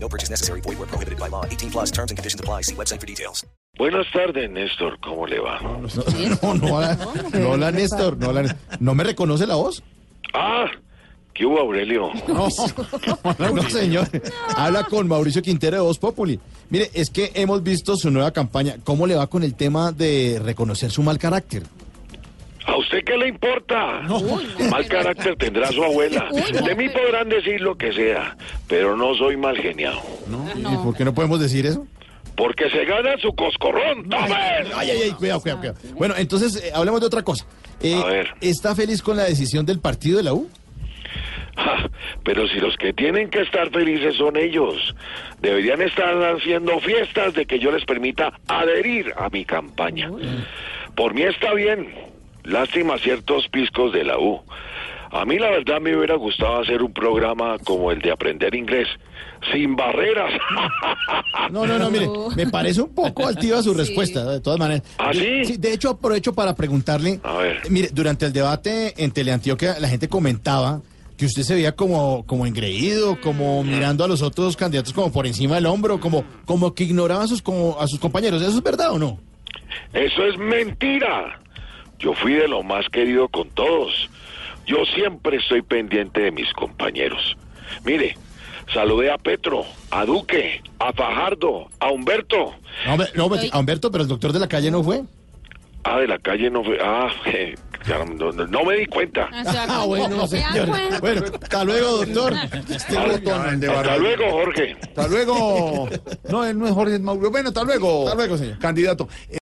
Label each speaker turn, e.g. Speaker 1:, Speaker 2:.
Speaker 1: No purchase necessary. Void where prohibited by law. 18 plus terms and conditions apply. See website for details.
Speaker 2: Buenas tardes, Néstor. ¿Cómo le va?
Speaker 3: No, no, hola, no, hola, Néstor, no, hola, ¿no me reconoce la voz?
Speaker 2: Ah, ¿qué hubo, Aurelio?
Speaker 3: No, no, señor. Habla con Mauricio Quintero de Voz Populi. Mire, es que hemos visto su nueva campaña. ¿Cómo le va con el tema de reconocer su mal carácter?
Speaker 2: ¿A usted qué le importa? Mal carácter tendrá su abuela. De mí podrán decir lo que sea, pero no soy mal geniado.
Speaker 3: ¿Y por qué Ah, no podemos decir eso?
Speaker 2: Porque se gana su coscorrón. ¡Tome!
Speaker 3: Ay, ay, ay, cuidado, cuidado, cuidado. Bueno, entonces eh, hablemos de otra cosa. Eh,
Speaker 2: A ver.
Speaker 3: ¿Está feliz con la decisión del partido de la U?
Speaker 2: Ja, Pero si los que tienen que estar felices son ellos, deberían estar haciendo fiestas de que yo les permita adherir a mi campaña. Por mí está bien. Lástima ciertos piscos de la U. A mí la verdad me hubiera gustado hacer un programa como el de aprender inglés, sin barreras.
Speaker 3: No, no, no, mire, me parece un poco altiva su respuesta, de todas maneras.
Speaker 2: ¿Ah, sí?
Speaker 3: de hecho aprovecho para preguntarle,
Speaker 2: A ver.
Speaker 3: eh, mire, durante el debate en Teleantioquia la gente comentaba que usted se veía como, como engreído, como mirando a los otros candidatos como por encima del hombro, como, como que ignoraba a sus, como, a sus compañeros. ¿Eso es verdad o no?
Speaker 2: Eso es mentira. Yo fui de lo más querido con todos. Yo siempre estoy pendiente de mis compañeros. Mire, saludé a Petro, a Duque, a Fajardo, a Humberto.
Speaker 3: No, hombre, no, hombre, a Humberto, pero el doctor de la calle no fue.
Speaker 2: Ah, de la calle no fue. Ah, je, ya no, no- no me di cuenta.
Speaker 3: Ah, bueno, señor. Bueno, hasta luego, doctor. Este botón.
Speaker 2: Hasta luego, Jorge.
Speaker 4: Hasta luego. No, él no es Jorge es Mauro. Bueno, hasta luego.
Speaker 3: Hasta luego, señor.
Speaker 4: Candidato.